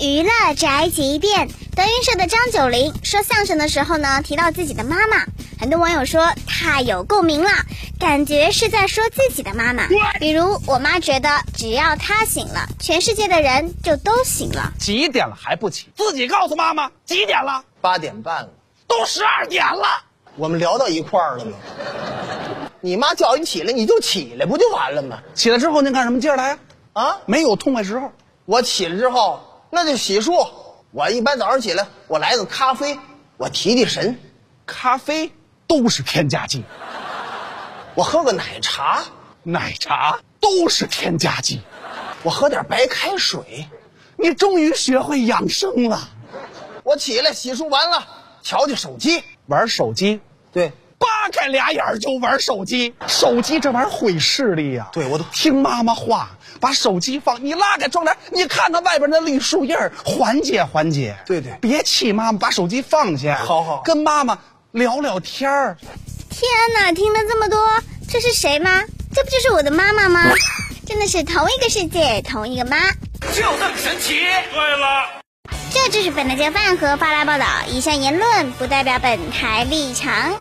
娱乐宅急便，德云社的张九龄说相声的时候呢，提到自己的妈妈，很多网友说太有共鸣了，感觉是在说自己的妈妈。比如我妈觉得只要她醒了，全世界的人就都醒了。几点了还不起？自己告诉妈妈几点了？八点半了，都十二点了。我们聊到一块儿了吗？你妈叫你起来，你就起来，不就完了吗？起来之后您干什么？接着来呀、啊，没有痛快时候。我起来之后，那就洗漱。我一般早上起来，我来个咖啡，我提提神；咖啡都是添加剂，我喝个奶茶，奶茶都是添加剂。我喝点白开水。你终于学会养生了，我起来洗漱完了，瞧瞧手机。玩手机，对，扒开俩眼儿就玩手机。手机这玩意儿毁视力呀、对我都听妈妈话，把手机放，你拉开窗帘，你看看外边那绿树叶儿，缓解缓解。对对别气妈妈，把手机放下。好好跟妈妈聊聊天儿。天哪，听了这么多，这是谁吗？这不就是我的妈妈吗？真的是同一个世界，同一个妈。就这么神奇。对了。这就是本台饭和发来报道，以上言论不代表本台立场。